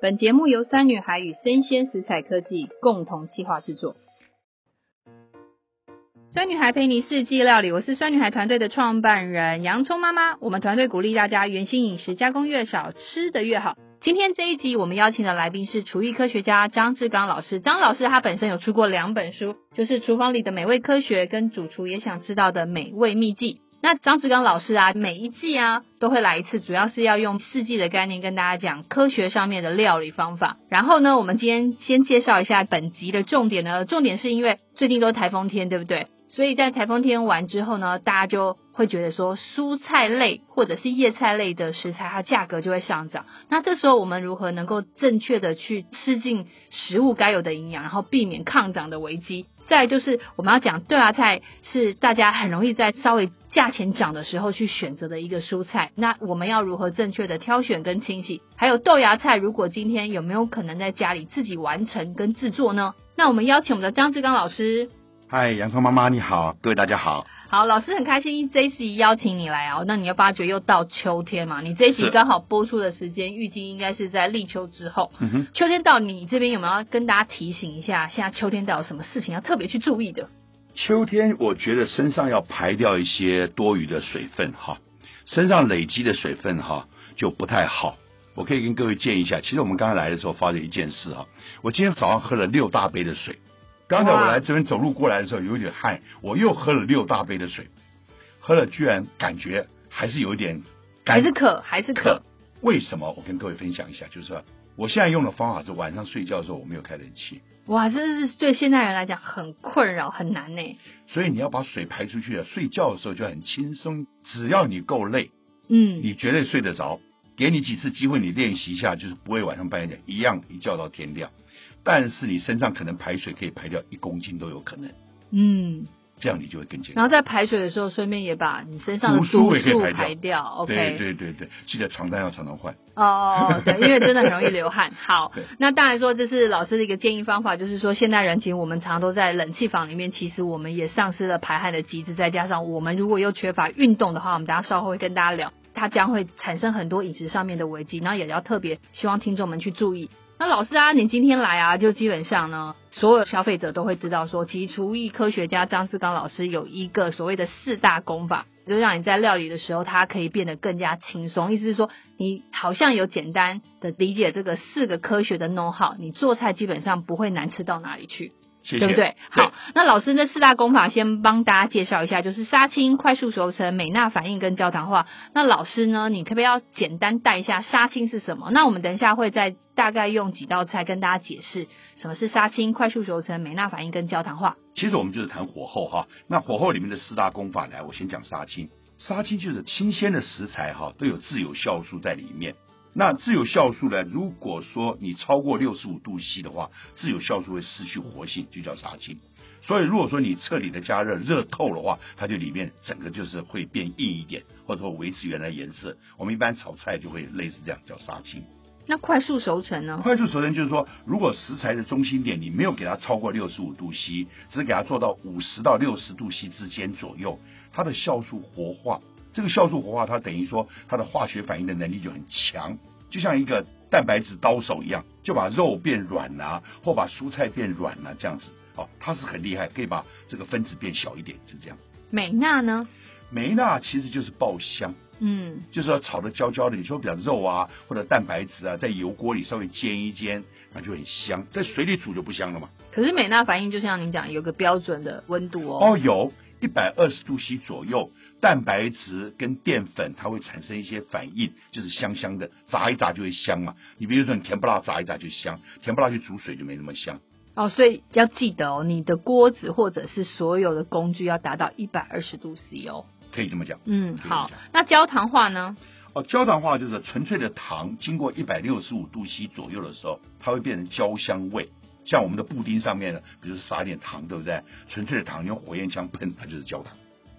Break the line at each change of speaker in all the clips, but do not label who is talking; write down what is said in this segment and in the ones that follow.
本节目由三女孩与生鲜食材科技共同企划制作。酸女孩陪你四季料理，我是酸女孩团队的创办人洋葱妈妈。我们团队鼓励大家原形饮食，加工越少，吃的越好。今天这一集我们邀请的来宾是厨艺科学家张志刚老师。张老师他本身有出过两本书，就是《厨房里的美味科学》跟《主厨也想知道的美味秘籍》。那张志刚老师啊，每一季啊都会来一次，主要是要用四季的概念跟大家讲科学上面的料理方法。然后呢，我们今天先介绍一下本集的重点呢，重点是因为最近都台风天，对不对？所以在台风天完之后呢，大家就会觉得说蔬菜类或者是叶菜类的食材，它价格就会上涨。那这时候我们如何能够正确的去吃进食物该有的营养，然后避免抗涨的危机？再就是我们要讲对芽菜是大家很容易在稍微价钱涨的时候去选择的一个蔬菜，那我们要如何正确的挑选跟清洗？还有豆芽菜，如果今天有没有可能在家里自己完成跟制作呢？那我们邀请我们的张志刚老师。
嗨，洋葱妈妈你好，各位大家好。
好，老师很开心这一集邀请你来哦。那你要发觉又到秋天嘛，你这一集
是
刚好播出的时间，预计应该是在立秋之后。
嗯哼，
秋天到，你这边有没有要跟大家提醒一下，现在秋天到有什么事情要特别去注意的？
秋天我觉得身上要排掉一些多余的水分哈，身上累积的水分哈就不太好。我可以跟各位建议一下，其实我们刚才来的时候发现一件事哈，我今天早上喝了六大杯的水，刚才我
哇
来这边走路过来的时候有点汗，我又喝了六大杯的水，喝了居然感觉还是有一点
还
干
是渴，还是渴
可，为什么？我跟各位分享一下，就是说我现在用的方法是晚上睡觉的时候我没有开冷气，
哇，这是对现代人来讲很困扰，很难呢。
所以你要把水排出去啊，睡觉的时候就很轻松，只要你够累，
嗯，
你绝对睡得着。给你几次机会，你练习一下，就是不会晚上半夜讲一样一觉到天亮。但是你身上可能排水可以排掉一公斤都有可能，
嗯，
这样你就会更健
然
康。
后在排水的时候，顺便也把你身上的
毒素
毒
也可以
素
排掉
排掉。OK，
对对对对，记得床单要常常换。
哦 哦，哦，对，因为真的很容易流 汗。好
对，
那当然说这是老师的一个建议方法，就是说现代人其实我们常都在冷气房里面，其实我们也丧失了排汗的机制，再加上我们如果又缺乏运动的话，我们等一下稍后会跟大家聊，它将会产生很多饮食上面的危机，然后也要特别希望听众们去注意。那老师啊，你今天来啊，就基本上呢，所有消费者都会知道说，其实厨艺科学家张志刚老师有一个所谓的四大功法，就让你在料理的时候，它可以变得更加轻松。意思是说，你好像有简单的理解这个四个科学的 know how，你做菜基本上不会难吃到哪里去。
谢谢。
对不对？好，那老师那四大功法先帮大家介绍一下，就是杀青、快速熟成、美纳反应跟焦糖化。那老师呢，你可不可以要简单带一下杀青是什么？那我们等一下会再大概用几道菜跟大家解释什么是杀青、快速熟成、美纳反应跟焦糖化。
其实我们就是谈火候哈。那火候里面的四大功法来，我先讲杀青。杀青就是新鲜的食材哈，都有自由酵素在里面。那自由酵素呢，如果说你超过六十五度 C 的话，自由酵素会失去活性，就叫杀青。所以如果说你彻底的加热热透的话，它就里面整个就是会变硬一点，或者说维持原来颜色。我们一般炒菜就会类似这样叫杀青。
那快速熟成呢？
快速熟成就是说，如果食材的中心点你没有给它超过六十五度 C，只给它做到五十到六十度 C 之间左右，它的酵素活化，这个酵素活化它等于说它的化学反应的能力就很强，就像一个蛋白质刀手一样，就把肉变软啦、或把蔬菜变软啦、这样子。哦，它是很厉害，可以把这个分子变小一点，就这样。
美纳呢？
梅纳其实就是爆香。
嗯，
就是要炒的焦焦的，你说比较肉啊或者蛋白质啊，在油锅里稍微煎一煎，那就很香。在水里煮就不香了嘛。
可是美纳反应就像您讲，有个标准的温度哦。
哦，有一百二十度 C 左右，蛋白质跟淀粉它会产生一些反应，就是香香的，炸一炸就会香嘛。你比如说你甜不辣炸一炸就香，甜不辣去煮水就没那么香。
哦，所以要记得哦，你的锅子或者是所有的工具要达到一百二十度 C 哦。
可以这么讲
嗯，
可以
好
这么讲，
那焦糖化呢？
哦，焦糖化就是纯粹的糖，经过一百六十五度 C 左右的时候，它会变成焦香味。像我们的布丁上面呢，比如撒一点糖，对不对？纯粹的糖用火焰枪喷，它就是焦糖。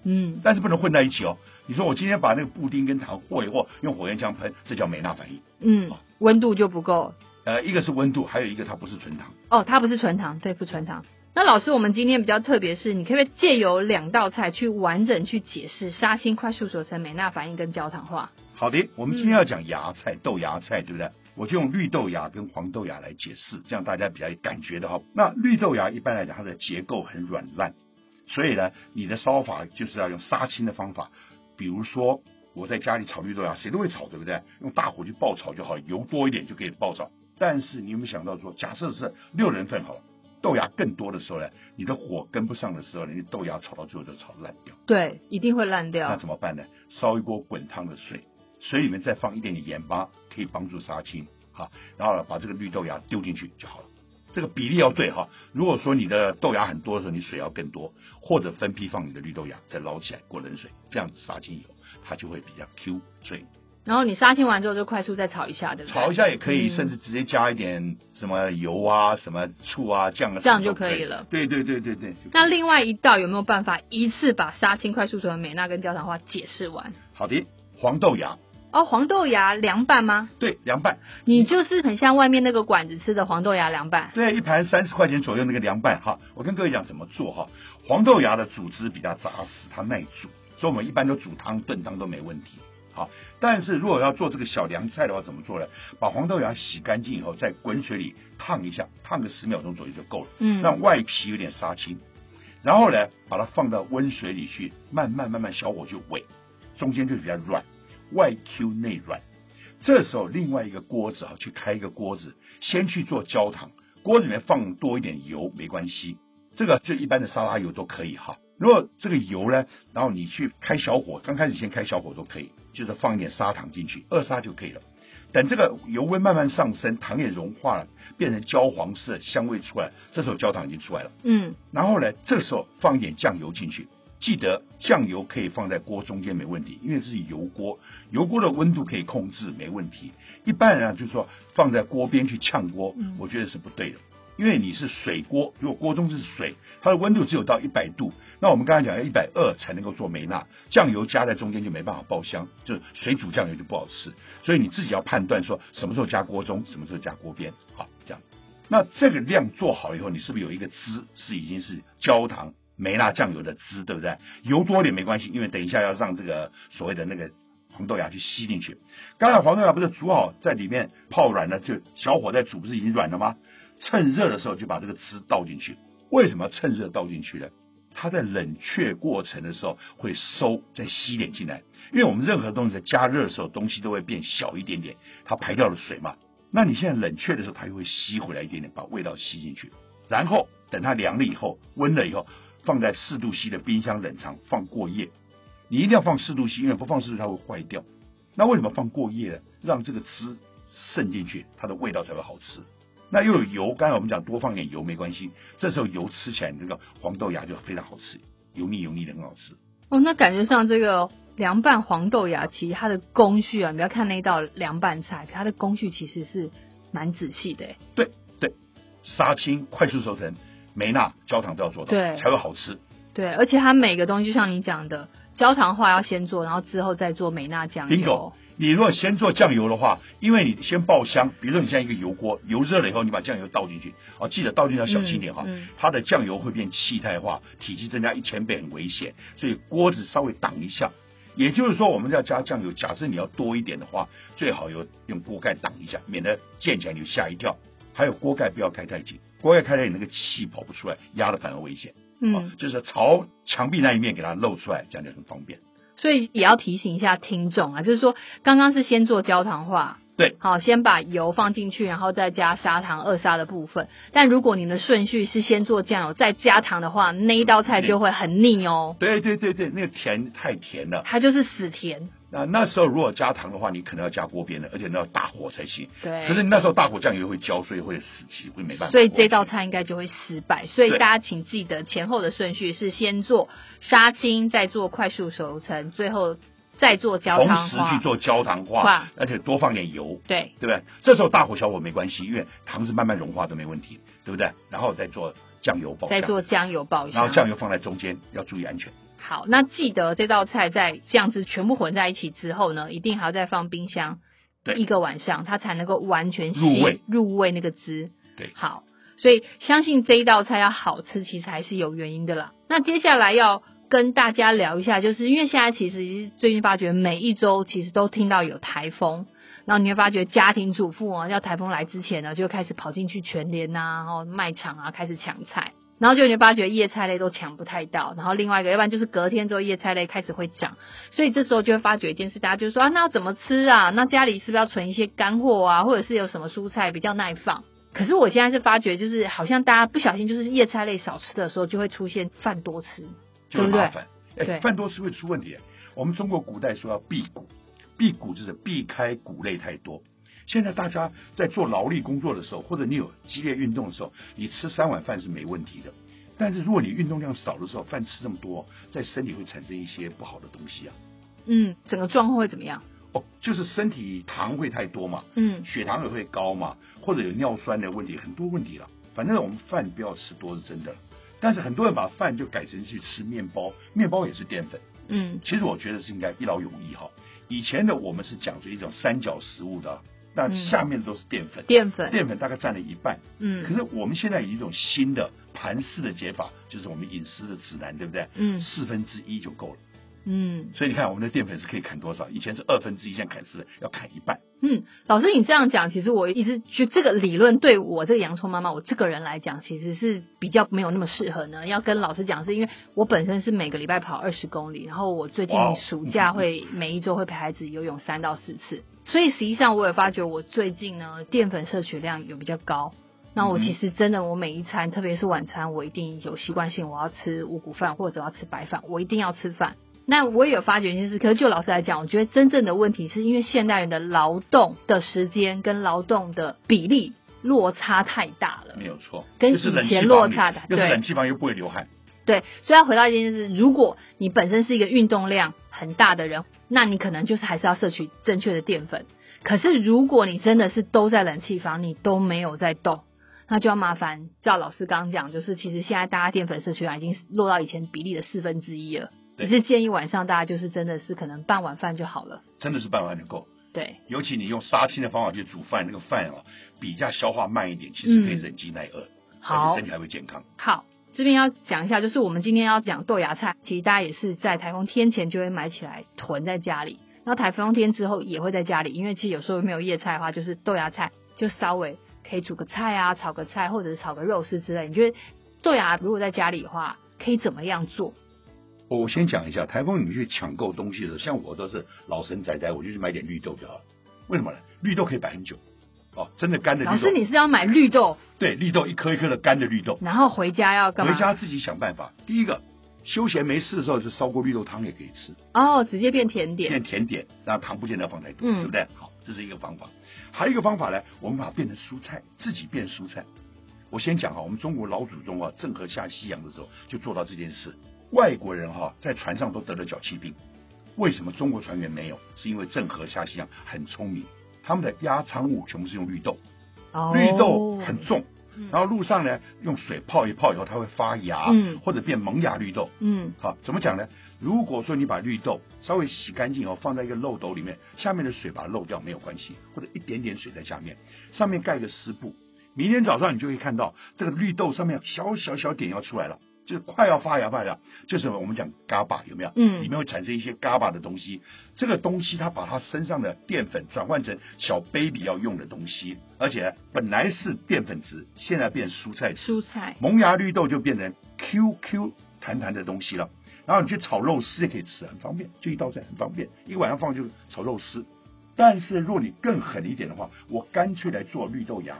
嗯，
但是不能混在一起哦。你说我今天把那个布丁跟糖和一和，用火焰枪喷，这叫美纳反应。
嗯
好，
温度就不够
呃，一个是温度，还有一个它不是纯糖。
哦，它不是纯糖，对，不纯糖。那老师，我们今天比较特别是，你可不可以借由两道菜去完整去解释沙青快速熟成美纳反应跟焦糖化？
好的，我们今天要讲芽菜、豆芽菜，对不对？我就用绿豆芽跟黄豆芽来解释，这样大家比较有感觉的哈。那绿豆芽一般来讲它的结构很软烂，所以呢，你的烧法就是要用杀青的方法，比如说我在家里炒绿豆芽，谁都会炒，对不对？用大火去爆炒就好，油多一点就可以爆炒。但是你有没有想到说，假设是六人份好了，豆芽更多的时候呢，你的火跟不上的时候呢，你豆芽炒到最后都炒烂掉，
对，啊一定会烂
那
掉。
怎么办呢？烧一锅滚烫的水，水里面再放一点点盐巴，可以帮助杀青哈。然后呢，把这个绿豆芽丢进去就好了。这个比例要对哈。如果说你的豆芽很多的时候，你水要更多，或者分批放你的绿豆芽，再捞起来过冷水，这样子杀青以后，它就会比较 Q 脆。
然后你杀青完之后就快速再炒一下，对不对？
炒一下也可以，
嗯
甚至直接加一点什么油啊、什么醋啊、酱啊，
这样
什
就
么都
可以
以
了。
对对对对对。
那另外一道有没有办法一次把杀青、快速熟的美娜跟焦糖花解释完？
好的，黄豆芽，
哦，黄豆芽凉拌吗？
对，凉拌，
你就是很像外面那个馆子吃的黄豆芽凉拌。
对，一盘三十块钱左右那个凉拌哈。我跟各位讲怎么做哈。黄豆芽的组织比较扎实，它耐煮，所以我们一般都煮汤、炖汤都没问题。好，但是如果要做这个小凉菜的话，怎么做呢？把黄豆芽洗干净以后，在滚水里烫一下，烫个十秒钟左右就够了。
嗯，
让外皮有点杀青，然后呢，把它放到温水里去，慢慢慢慢小火去煨，中间就比较软，外 Q 内软。这时候另外一个锅子啊，去开一个锅子，先去做焦糖，锅子里面放多一点油没关系，这个就一般的沙拉油都可以哈。如果这个油呢，然后你去开小火，刚开始先开小火都可以，就是放一点砂糖进去，二砂就可以了。等这个油温慢慢上升，糖也融化了，变成焦黄色，香味出来，这时候焦糖已经出来了。
嗯，
然后呢，这时候放一点酱油进去，记得酱油可以放在锅中间没问题，因为这是油锅，油锅的温度可以控制没问题。一般人啊，就是说放在锅边去炝锅
嗯，
我觉得是不对的。因为你是水锅，如果锅中是水，它的温度只有到一百度，那我们刚才讲要一百二才能够做梅纳，酱油加在中间就没办法爆香，就是水煮酱油就不好吃，所以你自己要判断说什么时候加锅中，什么时候加锅边，好这样。那这个量做好以后，你是不是有一个汁是已经是焦糖梅辣酱油的汁，对不对？油多一点没关系，因为等一下要让这个所谓的那个黄豆芽去吸进去。刚才黄豆芽不是煮好在里面泡软了，就小火在煮，不是已经软了吗？趁热的时候就把这个汁倒进去。为什么要趁热倒进去呢？它在冷却过程的时候会收，再吸一点进来，因为我们任何东西在加热的时候，东西都会变小一点点，它排掉了水嘛。那你现在冷却的时候，它又会吸回来一点点，把味道吸进去。然后等它凉了以后，温了以后，放在四度 C 的冰箱冷藏，放过夜。你一定要放四度 C，因为不放四度 C 它会坏掉。那为什么放过夜呢？让这个汁渗进去，它的味道才会好吃。那又有油，刚才我们讲多放点油没关系，这时候油吃起来，你这个黄豆芽就非常好吃，油腻油腻的很好吃。
哦，那感觉上这个凉拌黄豆芽，其实它的工序啊，你不要看那道凉拌菜，它的工序其实是蛮仔细的欸耶。
杀青、快速熟成、梅纳、焦糖都要做到，
对
才会好吃。
对，而且它每个东西就像你讲的，焦糖化要先做，然后之后再做美纳酱油
Bingo。你如果先做酱油的话，因为你先爆香，比如说你现在一个油锅，油热了以后，你把酱油倒进去，哦，记得倒进去要小心点哈、
嗯嗯
它的酱油会变气态化，体积增加一千倍很危险，所以锅子稍微挡一下。也就是说，我们要加酱油，假设你要多一点的话，最好有用锅盖挡一下，免得溅起来你就吓一跳。还有锅盖不要开太紧，锅盖开太紧那个气跑不出来，压的反而危险。哦
嗯，，
就是朝墙壁那一面给它露出来，这样就很方便。
所以也要提醒一下听众啊，就是说刚刚是先做焦糖化，
对，
好，先把油放进去，然后再加砂糖二砂的部分。但如果您的顺序是先做酱油再加糖的话，那一道菜
嗯
就会很腻哦，
对对对对，那个甜太甜了。
它就是死甜。
那那时候如果加糖的话，你可能要加锅边的，而且那要大火才行。
对，
可是你那时候大火酱油会焦，所以会死气，会没办法。
所以这道菜应该就会失败。所以
对
大家请记得前后的顺序是先做杀青，再做快速熟成，最后再做焦
同
糖
时去
化。
做焦糖
化
化，而且多放点油，
对，
对不对？这时候大火小火没关系，因为糖是慢慢融化都没问题，对不对？然后再做酱油爆
再
香，
做酱油爆
哦然
香
后。酱油放在中间，要注意安全。
好，那记得这道菜在这样子全部混在一起之后呢，一定还要再放冰箱
对
一个晚上，它才能够完全吸
入味
入味那个汁。
对
好，所以相信这一道菜要好吃，其实还是有原因的啦。那接下来要跟大家聊一下，就是因为现在其实最近发觉每一周其实都听到有台风，然后你会发觉家庭主妇啊，要台风来之前呢，就开始跑进去全联呐、然后卖场啊，开始抢菜。然后就你会发觉叶菜类都抢不太到，然后另外一个，要不然就是隔天之后叶菜类开始会涨，所以这时候就会发觉一件事，大家就说啊，那要怎么吃啊？那家里是不是要存一些干货啊，或者是有什么蔬菜比较耐放？可是我现在是发觉，就是好像大家不小心就是叶菜类少吃的时候，就会出现饭多吃。
就
对
会
不对
麻烦。
对
哎，饭多吃会出问题。我们中国古代说要避谷，避谷就是避开谷类太多。现在大家在做劳力工作的时候，或者你有激烈运动的时候，你吃三碗饭是没问题的。但是如果你运动量少的时候，饭吃那么多，在身体会产生一些不好的东西啊。
嗯，整个状况会怎么样？
哦，就是身体糖会太多嘛，
嗯
血糖也会高嘛，或者有尿酸的问题，很多问题了。反正我们饭不要吃多是真的，但是很多人把饭就改成去吃面包，面包也是淀粉。
嗯
其实我觉得是应该一劳永逸哈。以前的我们是讲究一种三角食物的，那
嗯
下面都是淀粉，
淀粉
淀粉大概占了一半。可
嗯
是我们现在有一种新的盘式的解法，就是我们饮食的指南，对不对？
嗯
四分之一就够了。
嗯
所以你看，我们的淀粉是可以砍多少？以前是二分之一，现在砍四分，要砍一半。
嗯，老师你这样讲，其实我一直觉得这个理论对我这个洋葱妈妈，我这个人来讲，其实是比较没有那么适合呢。要跟老师讲，是因为我本身是每个礼拜跑二十公里，然后我最近
哇哦
暑假会每一周会陪孩子游泳三到四次，所以实际上我也发觉我最近呢淀粉摄取量有比较高。那我
嗯哼
其实真的，我每一餐，特别是晚餐，我一定有习惯性，我要吃五谷饭或者我要吃白饭，我一定要吃饭。那我也有发觉一件事，可是就老师来讲，我觉得真正的问题是因为现代人的劳动的时间跟劳动的比例落差太大了。
没有错，
跟
就是冷
以
气
前
房
落
里
差的
又是
对
冷气房又不会流汗，
对，所以要回到一件事，如果你本身是一个运动量很大的人，那你可能就是还是要摄取正确的淀粉。可是如果你真的是都在冷气房，你都没有在动，那就要麻烦。照老师刚讲，就是其实现在大家淀粉摄取量已经落到以前比例的四分之一了。
对
只是建议晚上大家就是真的是可能半碗饭就好了。
真的是半碗就够。
对，
尤其你用杀青的方法去煮饭，那个饭啊，比较消化慢一点，其实可以
嗯
忍饥耐饿，而且
好
身体还会健康。
好。这边要讲一下，就是我们今天要讲豆芽菜，其实大家也是在台风天前就会买起来囤在家里，然后台风天之后也会在家里，因为其实有时候没有叶菜的话，就是豆芽菜就稍微可以煮个菜啊，炒个菜或者是炒个肉丝之类。你觉得豆芽啊如果在家里的话，可以怎么样做？
我我先讲一下，台风你们去抢购东西的时候，像我都是老神仔仔，我就去买点绿豆就好了。为什么呢？绿豆可以摆很久，哦，真的干的
老
绿
师，
豆，
你是要买绿豆，
对，绿豆一颗一颗的干的绿豆，
然后回家要干嘛？
回家自己想办法。第一个，休闲没事的时候就烧锅绿豆汤也可以吃，
哦，直接变甜点。
变甜点，那糖不见得放太多，
嗯
对不对？好，这是一个方法。还有一个方法呢，我们把它变成蔬菜，自己变蔬菜。我先讲哈，我们中国老祖宗啊，郑和下西洋的时候就做到这件事。外国人哈、在船上都得了脚气病，为什么中国船员没有？是因为郑和下西洋很聪明，他们的压舱物全部是用绿豆，
哦，
绿豆很重，
嗯
然后路上呢用水泡一泡以后，它会发芽，
嗯
或者变萌芽绿豆。
嗯
好，怎么讲呢？如果说你把绿豆稍微洗干净哦，放在一个漏斗里面，下面的水把它漏掉没有关系，或者一点点水在下面，上面盖个湿布，明天早上你就会看到这个绿豆上面小小小点要出来了，就是快要发芽发芽，就是我们讲嘎巴有没有？里
嗯
面会产生一些嘎巴的东西，这个东西它把它身上的淀粉转换成小 baby 要用的东西，而且本来是淀粉质，现在变蔬菜质。
蔬菜，
萌芽绿豆就变成 QQ 弹弹的东西了。然后你去炒肉丝也可以吃，很方便，就一道菜很方便，一晚上放就炒肉丝。但是如果你更狠一点的话，我干脆来做绿豆芽。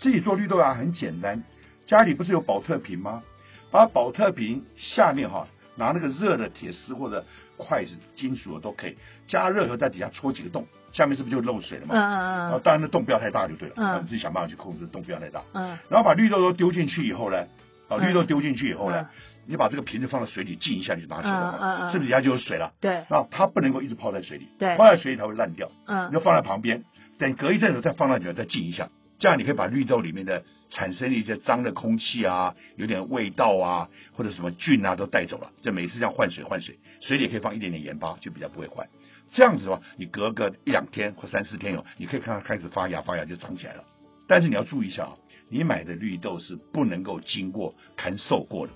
自己做绿豆芽很简单，家里不是有保特瓶吗？把保特瓶下面哈、拿那个热的铁丝或者筷子、金属的都可以，加热以后在底下戳几个洞，下面是不是就漏水了
嗯
嘛？
嗯
啊，
嗯
当然那洞不要太大就对了，
嗯
啊你自己想办法去控制洞不要太大。
嗯，
然后把绿豆都丢进去以后呢，啊，
嗯
绿豆丢进去以后
嗯
呢，你把这个瓶子放到水里浸一下，你就拿起来了
嗯嗯嗯
嘛，是不是底下就有水了？
对
那它不能够一直泡在水里，
对
泡在水里它会烂掉，你
嗯
就放在旁边，等隔一阵子再放到里面再浸一下，这样你可以把绿豆里面的产生的一些脏的空气啊，有点味道啊，或者什么菌啊都带走了。这每次这样换水换水，水里也可以放一点点盐巴，就比较不会坏。这样子的话，你隔个一两天或三四天有，你可以看它开始发芽，发芽就长起来了。但是你要注意一下啊，你买的绿豆是不能够经过砍瘦过的。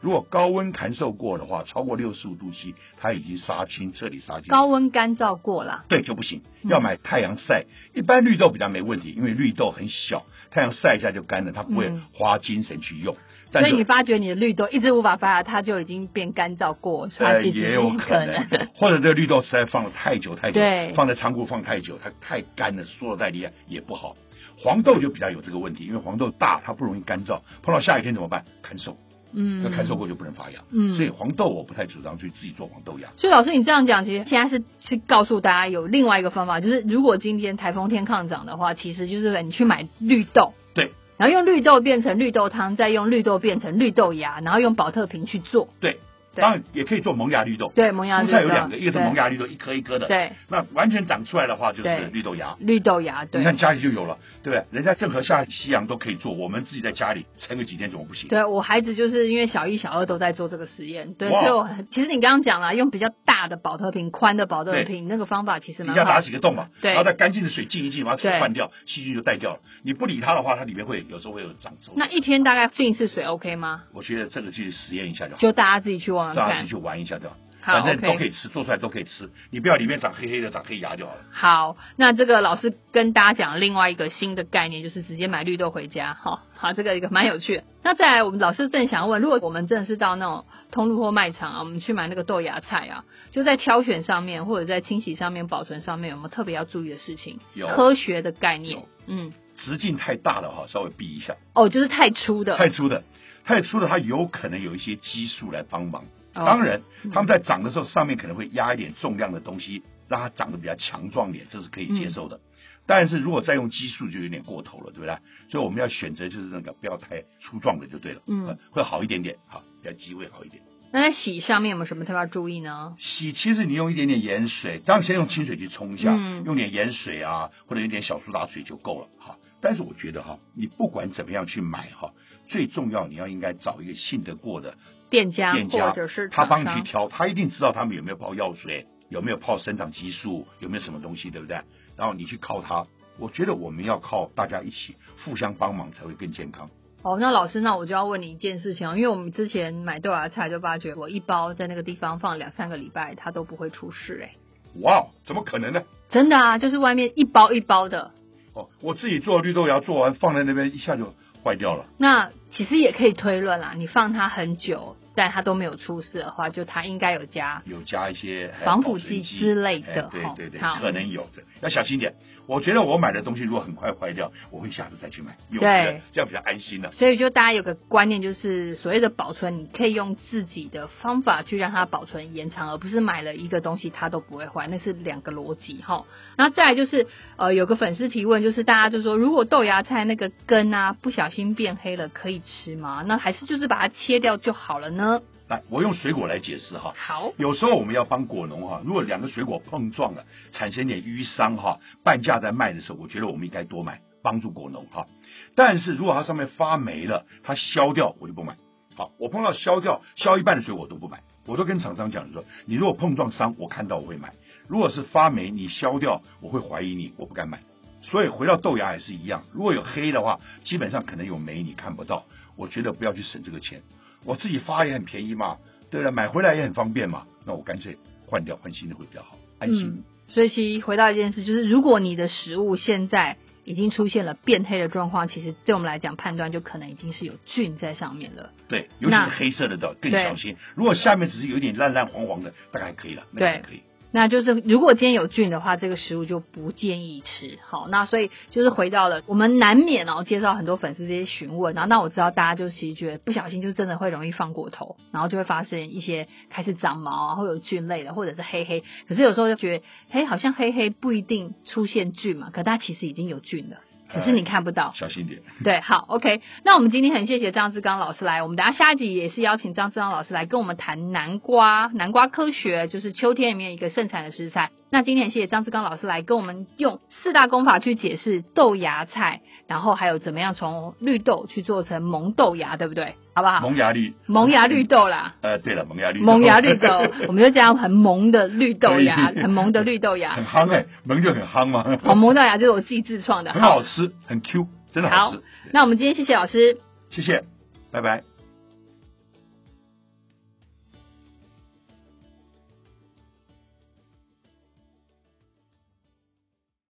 如果高温砍受过的话，超过六十五度 C，它已经杀青，彻底杀青。
高温干燥过了，
对就不行，
嗯
要买太阳晒。一般绿豆比较没问题，因为绿豆很小，太阳晒一下就干了，它不会
嗯
花精神去用。但
所以你
是呃
发觉你的绿豆一直无法发芽，它就已经变干燥过，所以它
呃
其实
也有
不
可能， 或者这个绿豆实在放了太久太久
对，
放在仓库放太久，它太干了，缩的太厉害啊也不好。黄豆就比较有这个问题，因为黄豆大，它不容易干燥，碰到下雨天怎么办？砍手，
嗯，
那砍手过就不能发芽。
嗯
所以黄豆我不太主张去自己做黄豆芽。
所以老师，你这样讲，其实现在是去告诉大家有另外一个方法，就是如果今天台风天抗涨的话，其实就是你去买绿豆，
对，
然后用绿豆变成绿豆汤，再用绿豆变成绿豆芽，然后用保特瓶去做，
对，
对
当然也可以做萌芽绿豆。
对，萌芽
蔬
绿
菜
豆
有两个，一个是萌
芽，
芽绿豆，一颗一颗的。
对，
那完全长出来的话，就
对
是绿豆芽。
绿豆芽，
你
对
看，家里就有了，对不对？人家郑和下西洋都可以做，我们自己在家里撑个几天怎么不行？
对，我孩子就是因为小一、小二都在做这个实验，对，
哇哦
所以我其实你刚刚讲了，用比较大的保特瓶、宽的保特瓶，那个方法其实
底
蛮
下
好
打
的，
几个洞嘛，
对
然后再干净的水浸一浸，把它水
对
换掉，细菌就带掉了。你不理它的话，它里面会有时候会有长虫。
那一天大概进一次水 OK 吗？
我觉得这个去实验一下就好，
就大家自己去玩玩
大家
看
啊去，玩一下就好，
好
反正
，OK
都可以吃，做出来都可以吃，你不要里面长黑黑的，长黑芽就好了。
好，那这个老师跟大家讲另外一个新的概念，就是直接买绿豆回家。好、好，这个一个蛮有趣的。那再来，我们老师正想问，如果我们真的是到那种通路或卖场啊，我们去买那个豆芽菜啊，就在挑选上面或者在清洗上面、保存上面，有没有特别要注意的事情？
有
科学的概念
有，
嗯，
直径太大了哈，稍微避一下。
哦，就是太粗的，
太粗的，太粗的它有可能有一些激素来帮忙。
哦
当然
嗯，
它们在长的时候，上面可能会压一点重量的东西，让它长得比较强壮一点，这是可以接受
嗯
的。但是如果再用激素就有点过头了，对不对？所以我们要选择就是那个不要太粗壮的就对了，
嗯
呃，会好一点点，好，比较机会好一点。
那在洗上面有没有什么特别要注意呢？
洗其实你用一点点盐水，当然先用清水去冲一下，
嗯
用点盐水啊，或者用点小苏打水就够了哈。但是我觉得哈，你不管怎么样去买哈，最重要你要应该找一个信得过的
店家
店
或
家
者是
他
厂
帮你
商
去挑，他一定知道他们有没有泡药水，有没有泡生长激素，有没有什么东西，对不对？然后你去靠他。我觉得我们要靠大家一起互相帮忙才会更健康。
哦，那老师，那我就要问你一件事情哦，因为我们之前买豆芽菜就发觉，我一包在那个地方放两三个礼拜，它都不会出事哎、
哇哦，怎么可能呢？
真的啊，就是外面一包一包的，
哦，我自己做绿豆芽做完放在那边一下就坏掉了。
那其实也可以推论啦，你放它很久，但它都没有出事的话，就它应该有加
有加一些哎
防腐
保存
剂之类的
哎对
哈
对对，
好
可能有的，要小心点。我觉得我买的东西如果很快坏掉，我会下次再去买，因为我觉
对
得这样比较安心了。
所以就大家有个观念，就是所谓的保存，你可以用自己的方法去让它保存延长，而不是买了一个东西它都不会坏，那是两个逻辑哈。然后再来就是呃，有个粉丝提问，就是大家就说，如果豆芽菜那个根啊不小心变黑了，可以吃吗？那还是就是把它切掉就好了呢？
来，我用水果来解释哈。
好，
有时候我们要帮果农哈、如果两个水果碰撞了，产生点淤伤哈、半价在卖的时候，我觉得我们应该多买，帮助果农哈、但是如果它上面发霉了，它削掉，我就不买。好，我碰到削掉削一半的水果我都不买，我都跟厂商讲说，你如果碰撞伤，我看到我会买；如果是发霉，你削掉，我会怀疑你，我不敢买。所以回到豆芽也是一样，如果有黑的话，基本上可能有霉，你看不到。我觉得不要去省这个钱，我自己发也很便宜嘛，对不对？买回来也很方便嘛，那我干脆换掉换新的会比较好，安心。
嗯，所以其实回到一件事，就是如果你的食物现在。已经出现了变黑的状况，其实对我们来讲判断就可能已经是有菌在上面了。
对，尤其
那
是黑色的的更
对
小心。如果下面只是有点烂烂黄黄的，大概还可以了，那个还
对
可以。
那就是如果今天有菌的话，这个食物就不建议吃。好，那所以就是回到了我们难免哦，接到很多粉丝这些询问，然后那我知道大家就其实觉得不小心就真的会容易放过头，然后就会发生一些开始长毛啊，会有菌类的，或者是黑黑。可是有时候就觉得，嘿，好像黑黑不一定出现菌嘛，可它其实已经有菌了，只是你看不到。
哎小心点。
对，好，OK。那我们今天很谢谢张志刚老师来，我们等下下一集也是邀请张志刚老师来跟我们谈南瓜，南瓜科学就是秋天里面一个盛产的食材。那今天很谢谢张志刚老师来跟我们用四大功法去解释豆芽菜，然后还有怎么样从绿豆去做成萌豆芽，对不对？好不好？
萌芽绿，
萌芽绿豆啦，
呃，对了，萌芽绿，
萌芽 绿豆，我们就讲很萌的绿豆芽，
可以
很萌的绿豆
很
芽，
夯哎、萌就很夯嘛，
好， 萌豆芽就是我自己自创的。
很好吃，很 Q，真的好吃。
那我们今天谢谢老师。
谢谢，拜拜。